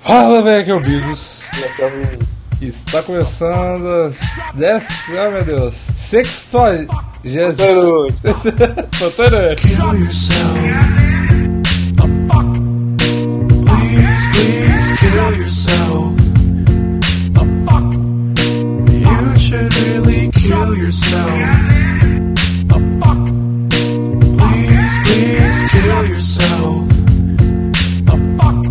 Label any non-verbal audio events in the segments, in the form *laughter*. Fala, velho, que é o Bigos. Está começando as 10. Ah, meu Deus. Sexto. *laughs* Jesus. Fantônio. Kill yourself. The fuck? Please, please kill yourself. The fuck? You should really kill yourselves. The fuck? Please, please kill yourself. The fuck?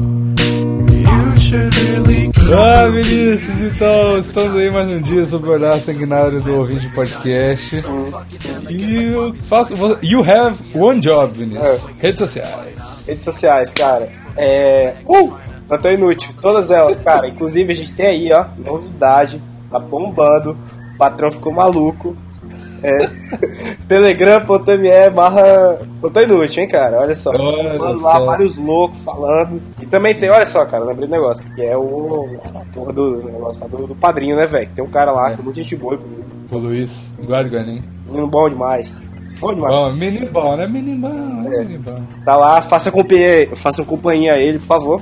You should really Ah, kill Vinícius, então estamos aí mais um dia sobre o olhar sanguinário do ouvinte podcast. E eu faço. You have one job, Vinícius. Redes sociais. Redes sociais, cara. É. Uh! Plantão Inútil, todas elas, cara. Inclusive, a gente tem aí, ó, novidade, tá bombando, o patrão ficou maluco. É. *laughs* Telegram.me barra Plantão Inútil, hein, cara? Olha só. Olha Mano, lá só. vários loucos falando. E também tem, olha só, cara, lembrei do negócio, que é o. A porra do o negócio lá do, do padrinho, né, velho? Tem um cara lá, que é muito gente boa, inclusive. O Luiz, guarda Guarim. Menino bom demais. Bom demais. Bom, menino bom, né? Menino bom, é menino bom. *laughs* Tá lá, faça companhia, faça companhia a ele, por favor.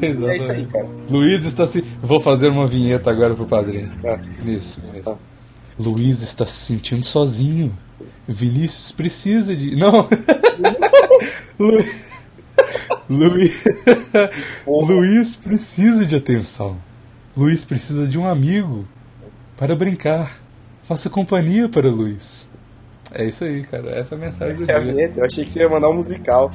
Exatamente. É isso aí, cara. Luiz está se. Vou fazer uma vinheta agora pro padrinho. É. Isso, isso. Tá. Luiz está se sentindo sozinho. Vinícius precisa de. Não! *laughs* Lu... Luiz... Luiz precisa de atenção. Luiz precisa de um amigo para brincar. Faça companhia para Luiz. É isso aí, cara. Essa é a mensagem do É a dia. vinheta, eu achei que você ia mandar um musical.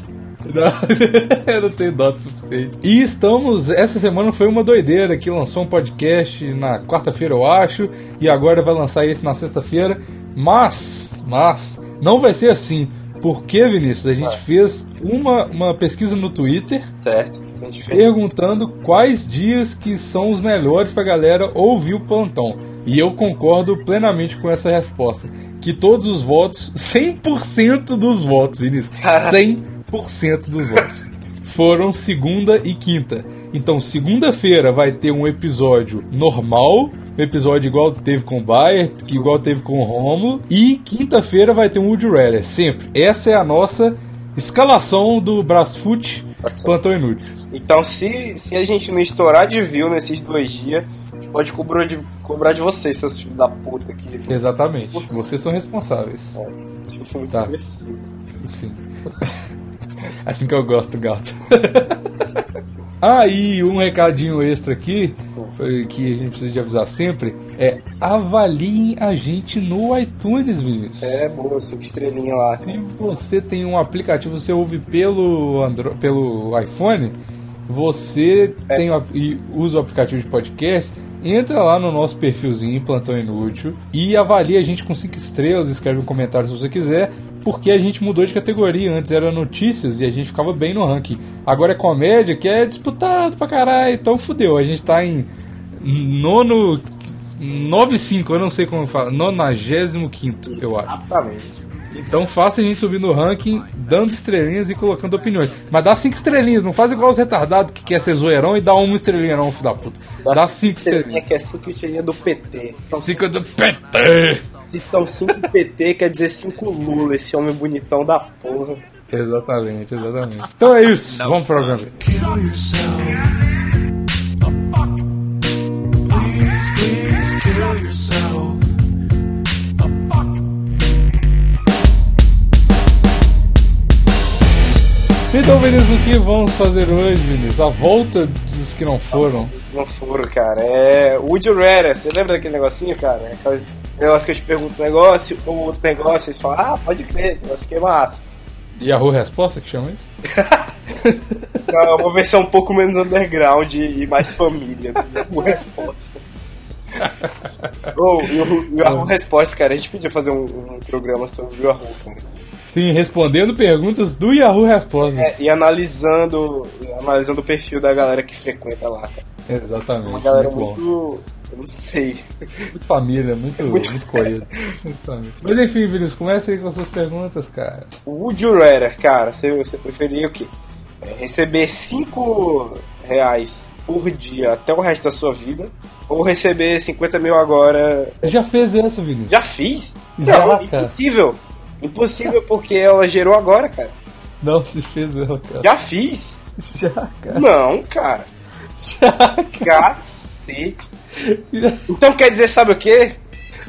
Não, *laughs* eu não tenho dó suficiente. E estamos. Essa semana foi uma doideira que lançou um podcast na quarta-feira, eu acho, e agora vai lançar esse na sexta-feira. Mas, mas, não vai ser assim. Porque, Vinícius, a gente fez uma, uma pesquisa no Twitter Certo. A gente fez. perguntando quais dias que são os melhores pra galera ouvir o plantão. E eu concordo plenamente com essa resposta. Que todos os votos, 100% dos votos, Vinícius, 100% dos votos, foram segunda e quinta. Então, segunda-feira vai ter um episódio normal, um episódio igual teve com o Bayer, que igual teve com o Romulo, e quinta-feira vai ter um Wood Rather, sempre. Essa é a nossa escalação do Brasfoot Plantão Inútil. Então, se, se a gente não estourar de view nesses dois dias, pode cobrar de, cobrar de vocês, seus filhos da puta que. Exatamente. Vocês são responsáveis. Tipo, foi muito Tá. agressivo. Sim. *laughs* Assim que eu gosto, gato. *laughs* Ah, e um recadinho extra aqui, foi que a gente precisa de avisar sempre, é avaliem a gente no iTunes, Vinícius. É, boa, cinco estrelinhas lá. Se você tem um aplicativo, você ouve pelo, Andro... pelo iPhone, você tem o ap- e usa o aplicativo de podcast, entra lá no nosso perfilzinho, Plantão Inútil, e avalia a gente com cinco estrelas, escreve um comentário se você quiser, porque a gente mudou de categoria. Antes era notícias e a gente ficava bem no ranking. Agora é comédia, que é disputado pra caralho, então fudeu. A gente tá em nono... 95, eu não sei como fala, 95, eu acho. Exatamente. Então faça a gente subir no ranking, dando estrelinhas e colocando opiniões. Mas dá cinco estrelinhas, não faz igual os retardados que quer ser zoeirão e dá uma estrelinha não, filho da puta. Dá cinco Estrelinha estrelinhas. que é cinco estrelinhas do PT. Então, Cinco do PT! se estão cinco PT, quer dizer cinco Lula, esse homem bonitão da porra. Exatamente, exatamente. Então é isso, vamos pro programa. Kill yourself. The fuck? Please, please kill yourself. The fuck? Então, Vinícius, o que vamos fazer hoje, Vinícius? A volta dos que não foram. Não foram, cara. É. Would you rather? Você lembra daquele negocinho, cara? Aquele negócio que eu te pergunto um negócio, ou outro negócio, eles falam, ah, pode crer, esse negócio aqui é massa. E a rua resposta que chama isso? Não, é uma versão um pouco menos underground e e mais família. né? Boa resposta. *laughs* Ou, e o, e o Yahoo Resposta, cara, a gente podia fazer um, um programa sobre o Yahoo, cara. Sim, respondendo perguntas do Yahoo Respostas. É, e analisando, analisando o perfil da galera que frequenta lá, cara. Exatamente, Uma galera É. muito muito, bom. eu não sei, Muito família, muito, Muito- muito coisa. *laughs* Muito família. Mas enfim, Vinícius, comece aí com as suas perguntas, cara. Would you rather, cara, você, você preferia o quê? É, receber 5 reais por dia até o resto da sua vida? Ou receber 50 mil agora? Já fez essa, Vinícius? Já fiz? Já, Não, cara. impossível. *laughs* Impossível porque ela gerou agora, cara. Não se fez ela, cara. Já fiz? Já, cara. *laughs* Não, cara. Cacete. Então quer dizer, sabe o quê?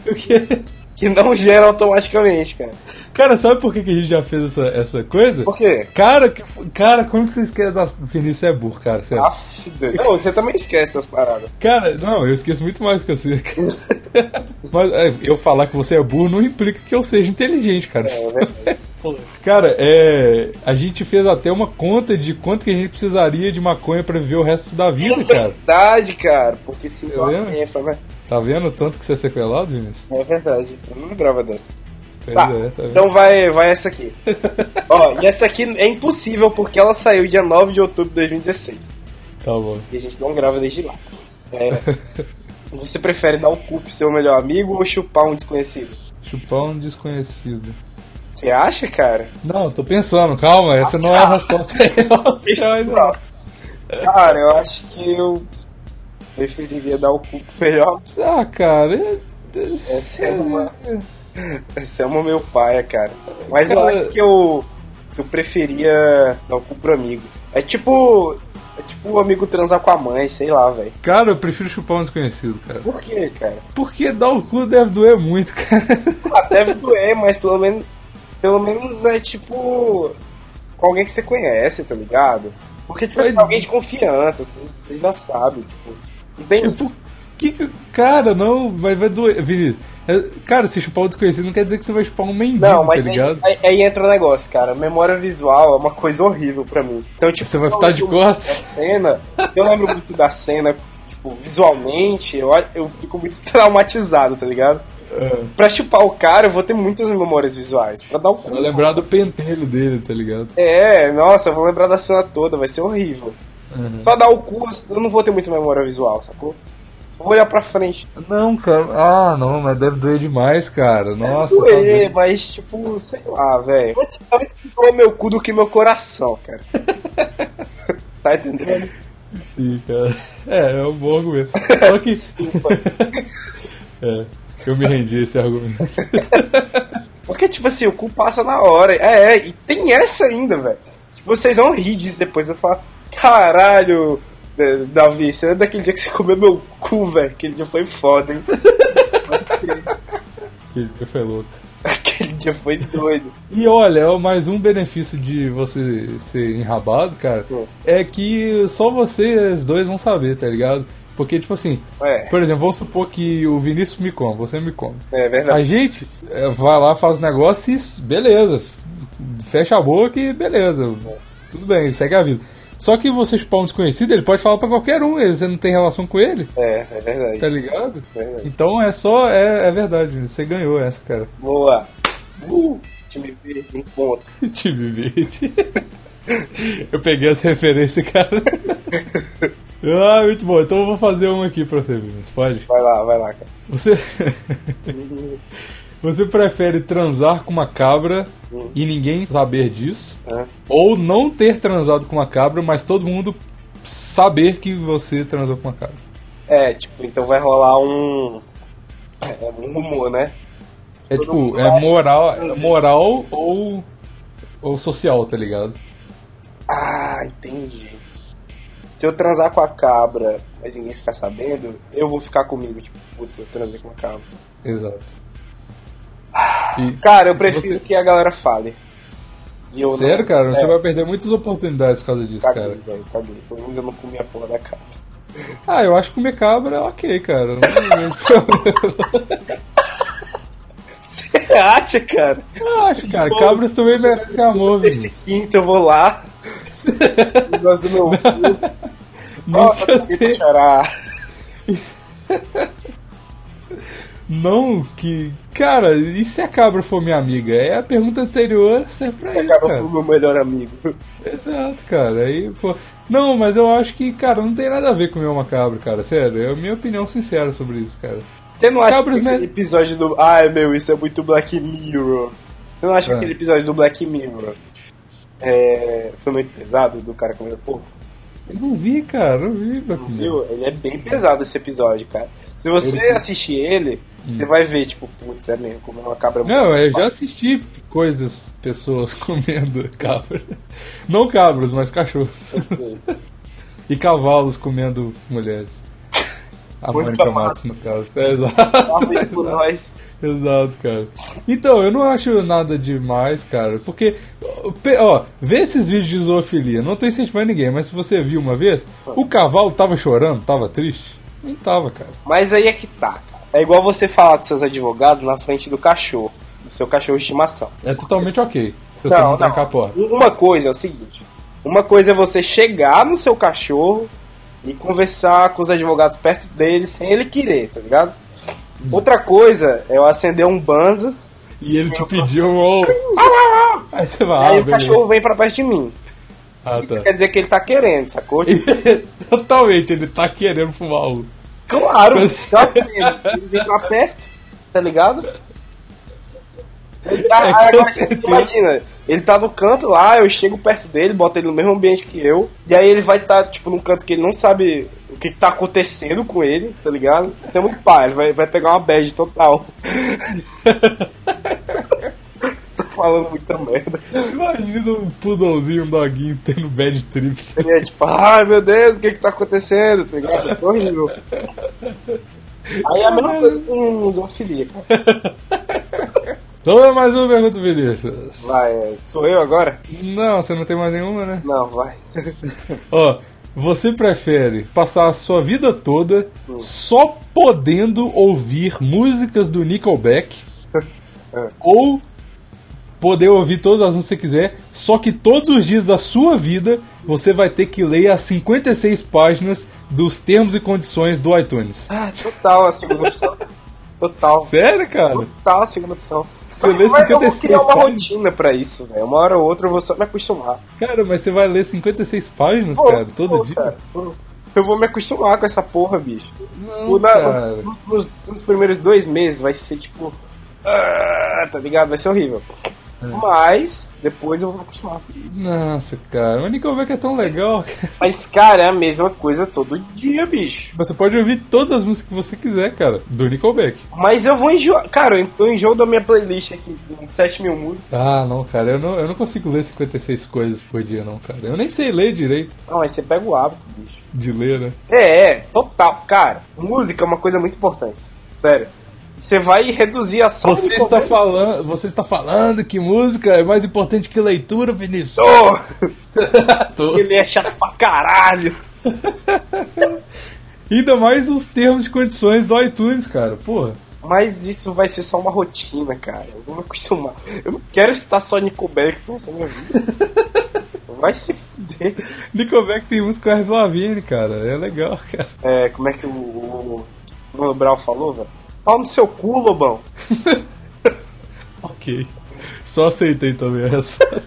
Porque- Que não gera automaticamente, cara. Cara, sabe por que, que a gente já fez essa, essa coisa? Por quê? Cara, que, cara, como que você esquece da Vinícius é burro, cara? Sério. Aff, Deus. Não, você também esquece essas paradas. Cara, não, eu esqueço muito mais do que eu sei. *laughs* cara. Mas é, eu falar que você é burro não implica que eu seja inteligente, cara. É, né? Cara, é. A gente fez até uma conta de quanto que a gente precisaria de maconha pra viver o resto da *laughs* vida, cara. É Verdade, cara. Porque se Eu lembro. entra, né? Tá vendo o tanto que você é sequelado, Vinícius? É verdade. Eu não lembrava dessa. Pois Tá, é, tá vendo? então vai, vai essa *laughs* aqui. Ó, e essa aqui é impossível porque ela saiu dia 9 de outubro de 2016. Tá bom. E a gente não grava desde lá. É. Você prefere dar o cu pro seu melhor amigo ou chupar um desconhecido? Chupar um desconhecido. Você acha, cara? Não, tô pensando, calma, essa não é Ah, a resposta real. *laughs* não, ainda Pronto. Cara, eu acho que eu preferiria dar o cu pro melhor. não. Ah, cara. é- é- Essa é uma- Você ama meu pai, cara. Mas eu Cara- acho que eu, que eu preferia dar o cu pro amigo. É tipo. É tipo o amigo transar com a mãe, sei lá, velho. Cara, eu prefiro chupar um desconhecido, cara. Por quê, cara? Porque dar o cu deve doer muito, *laughs* cara. Ah, deve doer, mas pelo menos, pelo menos é tipo. Com alguém que você conhece, tá ligado? Porque, tipo, Mas- é alguém de confiança, assim, você já sabe, tipo. Não tem. Tipo, que que. Cara, não, vai, vai doer. Vinícius, é- cara, se chupar um desconhecido não quer dizer que você vai chupar um mendigo, não, tá mas aí, ligado? aí- aí entra o negócio, cara. Memória visual é uma coisa horrível pra mim. Então, tipo, Você vai eu ficar de lembro costas. da Cena, eu lembro muito da cena, tipo, visualmente, eu, eu fico muito *laughs* traumatizado, tá ligado? É, Pra chupar o cara, eu vou ter muitas memórias visuais. Pra dar o cu. vai lembrar do pentelho dele, tá ligado? É, nossa, eu vou lembrar da cena toda, vai ser horrível. Uhum. Só dar o curso, eu não vou ter muita memória visual, sacou? Eu vou olhar pra frente. Não, cara. Ah, não, mas deve doer demais, cara. Nossa, tá Doer, doendo. mas tipo, sei lá, velho. Antes, antes que doer meu cu do que meu coração, cara. *laughs* tá entendendo? Sim, cara. É, é um bom argumento. Só que. é, eu me rendi a esse argumento. Porque, tipo assim, o cu passa na hora. É, é, e tem essa ainda, velho. Tipo, vocês vão rir disso depois. Eu falo, caralho, eh, Davi, você é daquele dia que você comeu meu cu, velho. Aquele dia foi foda, hein? *laughs* Que que foi louco. Aquele dia foi doido. E olha, ó, mais um benefício de você ser enrabado, cara, Hum. é que só vocês dois vão saber, tá ligado? Porque, tipo assim, É, por exemplo, vamos supor que o Vinícius me come, você me come. é verdade. A gente é, vai lá, faz o negócio e s- beleza. f- Fecha a boca e beleza. Tudo bem, segue a vida. Só que você chupar um desconhecido, ele pode falar pra qualquer um, ele- você não tem relação com ele, É, é verdade. tá ligado? verdade. Então é só. É, é verdade, Vinícius, você ganhou essa, cara. *laughs* Boa. Uh, time B, um ponto. Time verde. *laughs* Eu peguei essa referência, cara. *laughs* Ah, muito bom. Então eu vou fazer uma aqui pra você, Vinícius. Pode? Vai lá, vai lá, cara. Você. *laughs* Você prefere transar com uma cabra e ninguém saber disso? Hã? Ou não ter transado com uma cabra, mas todo mundo saber que você transou com uma cabra? É, tipo, então vai rolar um. É um rumor, né? É Todo tipo, mundo é acha moral, é moral ou, ou social, tá ligado? Ah, entendi. Se eu transar com a cabra, mas ninguém ficar sabendo, eu vou ficar comigo. Tipo, putz, eu transei com a cabra. Exato. E- Cara, eu Se prefiro você- que a galera fale. E eu não- Sério, cara? Você É, Tá vai perder muitas oportunidades por causa disso, Caguei, cara. velho, caguei. Pelo menos eu não comi a porra da cabra. *laughs* Ah, eu acho que comer cabra é ok, cara. Não tem muito problema. Você acha, cara? eu acho, cara. Cabras também merecem amor, Esse velho. quinto Então eu vou *laughs* lá. Eu gosto do meu cu. Nunca Nossa, eu vou tem... chorar. Não que... Cara, e se a cabra for minha amiga? É a pergunta anterior, serve pra É isso, Acaba cara. com o meu melhor amigo. Exato, cara. Aí, pô... Não, mas eu acho que, cara, não tem nada a ver comer uma cabra, cara. Sério, é a minha opinião sincera sobre isso, cara. Você não acha Cabras que aquele me- episódio do. Ai meu, isso é muito Black Mirror. Você não acha que Ah. aquele episódio do Black Mirror é... foi muito pesado do cara comendo porco? Eu não vi, cara. Não vi, Black Mirror. Viu? Ele é bem pesado esse episódio, cara. Se você Eu- assistir ele, você vai ver, tipo, putz, é mesmo, comendo uma cabra Hum. Não, eu muito. já assisti coisas, *laughs* pessoas comendo cabra. Não cabras, mas cachorros. Assim. E cavalos comendo mulheres. A Muito Mônica Matos, capaz. no caso. É, exato. Fala aí por nós. Exato, cara. Então, eu não acho nada demais, cara, porque, ó, pe- ó, vê esses vídeos de zoofilia, não tô incentivando ninguém, mas se você viu uma vez, o cavalo tava chorando, tava triste? Não tava, cara. Mas aí é que tá. cara. É igual você falar dos seus advogados na frente do cachorro, do seu cachorro de estimação. É totalmente ok, se você não, trancar a porta. Uma coisa é o seguinte: uma coisa é você chegar no seu cachorro e conversar com os advogados perto dele sem ele querer, tá ligado? Hum. Outra coisa é eu acender um banza E ele te pediu, ô... Aí você e vai, aí ah, o beleza. cachorro vem pra perto de mim. Ah, Isso tá. quer dizer que ele tá querendo, sacou? *laughs* Totalmente, ele tá querendo fumar o... *laughs* claro, então, assim, eu acendo. Ele vem pra perto, tá ligado? Ele tá- É, com agora, certeza. imagina, ele tá no canto lá, eu chego perto dele, boto ele no mesmo ambiente que eu, e aí ele vai estar, tipo, num canto que ele não sabe o que, que tá acontecendo com ele, tá ligado? Isso é muito pá, ele vai, vai pegar uma bad total. *laughs* Tô falando muita merda. Imagina um poodlezinho, um doguinho tendo bad trip. Ele é tipo, ai meu Deus, o que que tá acontecendo, tá ligado? É horrível. Aí é a mesma coisa com zoofilia, cara. Então, é mais uma pergunta, Vinícius. Vai, é, sou eu agora? Não, você não tem mais nenhuma, né? Não, vai. Ó, você prefere passar a sua vida toda só podendo ouvir músicas do Nickelback *laughs* É. ou poder ouvir todas as músicas que você quiser, só que todos os dias da sua vida você vai ter que ler as 56 páginas dos termos e condições do iTunes. Ah, total *laughs* a segunda opção. Total. Sério, cara? Total a segunda opção. Você lê Mas eu vou 56 criar uma páginas. rotina pra isso, velho. Uma hora ou outra eu vou só me acostumar. Cara, mas você vai ler 56 páginas, Pô, cara, pô, todo dia? cara, pô. Eu vou me acostumar com essa porra, bicho. Não, O na- cara. nos, nos- nos primeiros dois meses vai ser tipo. ah, tá ligado? Vai ser horrível. É. Mas depois eu vou me acostumar. Nossa, cara, o Nickelback é tão legal, cara. Mas, cara, é a mesma coisa todo dia, bicho. Você pode ouvir todas as músicas que você quiser, cara, do Nickelback. Mas eu vou enjoar. Cara, eu eu enjoo da minha playlist aqui, com 7 mil músicas. Ah, não, cara, eu não, eu não consigo ler 56 coisas por dia, não, cara. Eu nem sei ler direito Não, mas você pega o hábito, bicho. de ler, né? É, é, total. Cara, música é uma coisa muito importante. Sério. Você vai reduzir a só. Você está, falando, você está falando que música é mais importante que leitura, Vinícius? Tô. Oh, Ele é chato pra caralho. Ainda mais os termos e condições do iTunes, cara, porra. Mas isso vai ser só uma rotina, cara. Eu vou me acostumar. Eu não quero estar só Nickelback pra essa minha *laughs* vida. Vai se fuder. Nickelback tem música com a Avril Lavigne, cara, é legal, *laughs* cara. É, como é que o, o, o Lobral falou, velho? Pau no seu cu, Lobão. Ok. Só aceitei também a resposta.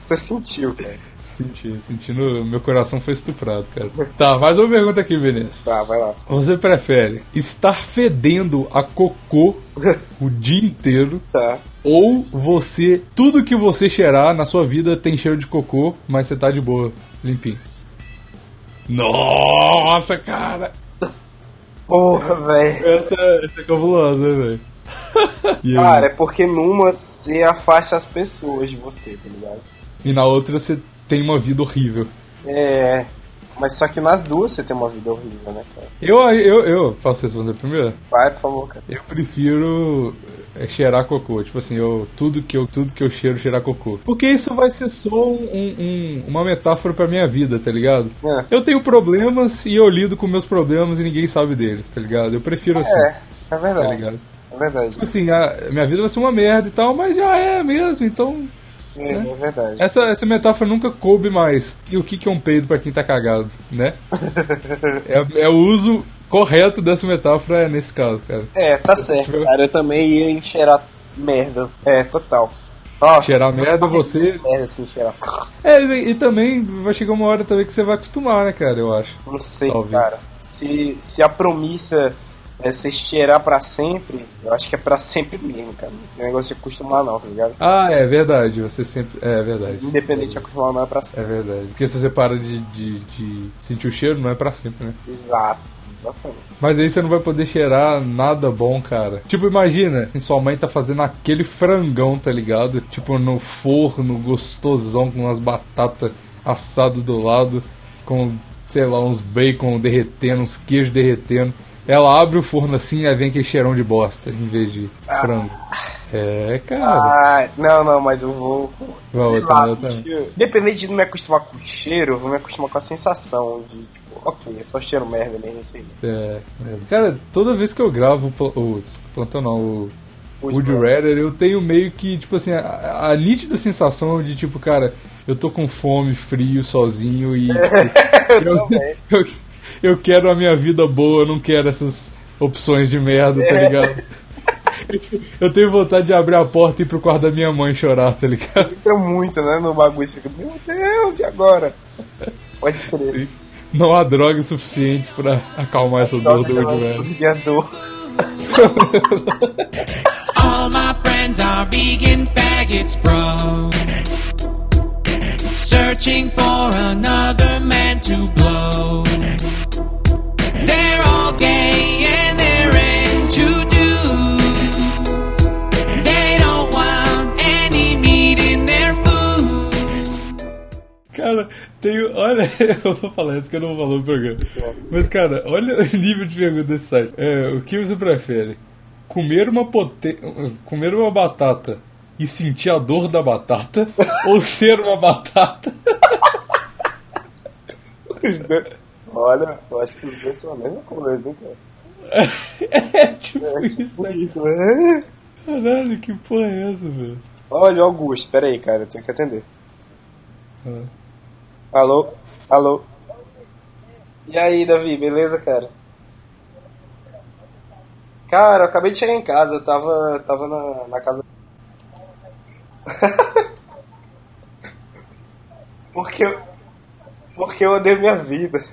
Você sentiu, cara. Senti, sentindo. Meu coração foi estuprado, cara. Tá, mais uma pergunta aqui, Vinícius. Tá, vai lá. Você prefere estar fedendo a *laughs* cocô o dia inteiro Tá. ou você. Tudo que você cheirar na sua vida tem cheiro de cocô, mas você tá de boa, limpinho? Nossa, cara! Porra, velho. Essa, essa é cabulosa, velho. E, aí? Cara, é porque numa você afasta as pessoas de você, tá ligado? e na outra você tem uma vida horrível. É. Mas só que nas duas você tem uma vida horrível, né, cara? Eu, eu, eu posso responder primeiro? Vai, por favor, cara. Eu prefiro é, cheirar cocô, tipo assim, eu tudo que eu tudo que eu cheiro cheirar cocô. Porque isso vai ser só um- um- uma metáfora pra minha vida, tá ligado? É. Eu tenho problemas e eu lido com meus problemas e ninguém sabe deles, tá ligado? Eu prefiro assim, É, é tá verdade. ligado? é verdade. Tipo assim, a minha vida vai ser uma merda e tal, mas já é mesmo, então É, é verdade. essa, essa metáfora nunca coube mais. E o que, que é um peido pra quem tá cagado, né? é, é o uso correto dessa metáfora é nesse caso, cara. É, tá certo, cara. Eu também ia enxerar merda. É, total. Ó, Cheirar merda, você merda assim, cheirar. É, e e também vai chegar uma hora também que você vai acostumar, né, cara, eu acho. Não sei, Talvez. cara. Se, se a promissa é se cheirar pra sempre, eu acho que é pra sempre mesmo, cara. Não tem negócio de acostumar, não, tá ligado? Ah, é verdade, você sempre. É verdade. Independente de acostumar, não é pra sempre. É verdade. Porque se você para de, de, de sentir o cheiro, não é pra sempre, né? Exato, exatamente. Mas aí você não vai poder cheirar nada bom, cara. Tipo, imagina, e sua mãe tá fazendo aquele frangão, tá ligado? Tipo, no forno, gostosão, com umas batatas assado do lado, com sei lá, uns bacon derretendo, uns queijos derretendo. Ela abre o forno assim e aí vem aquele cheirão de bosta em vez de frango. É, cara. Ah, não, não, mas eu vou. Vai, sei outra, lá, outra. bicho. Independente de não me acostumar com o cheiro, eu vou me acostumar com a sensação de, tipo, ok, é só cheiro merda mesmo, isso aí. É, é. Cara, toda vez que eu gravo o pla- o. Plantão não, o Would You Rather, eu tenho meio que, tipo assim, a, a nítida sensação de, tipo, cara, eu tô com fome, frio, sozinho e. tipo, eu, também. *laughs* eu, eu quero a minha vida boa, eu não quero essas opções de merda, tá ligado? *laughs* Eu tenho vontade de abrir a porta e ir pro quarto da minha mãe chorar, tá ligado? Entra muito, né, no bagulho, você fica, meu Deus, e agora? Pode crer. Não há droga suficiente pra acalmar essa dor do Would You assim, Rather. Vingador. All my friends are vegan faggots, bro. Searching for another man to blow. They're all gay and they're into do. They don't want any meat in their food. Cara, tenho. Olha, *laughs* eu vou falar isso que eu não vou falar no programa. Mas, cara, olha o nível de pergunta desse site. É, o que você prefere? Comer uma pote... comer uma batata e sentir a dor da batata? *laughs* ou ser uma batata? *laughs* *laughs* Os dois- Olha, eu acho que os dois são a mesma coisa, hein, cara. É tipo É isso, tipo né? isso, né? Caralho, que porra é essa, velho? Olha, Augusto, pera aí, cara, eu tenho que atender. Ah. Alô? Alô? E aí, Davi, beleza, cara? Cara, eu acabei de chegar em casa, eu tava, tava na, na *laughs* casa. porque eu. Porque eu odeio minha vida.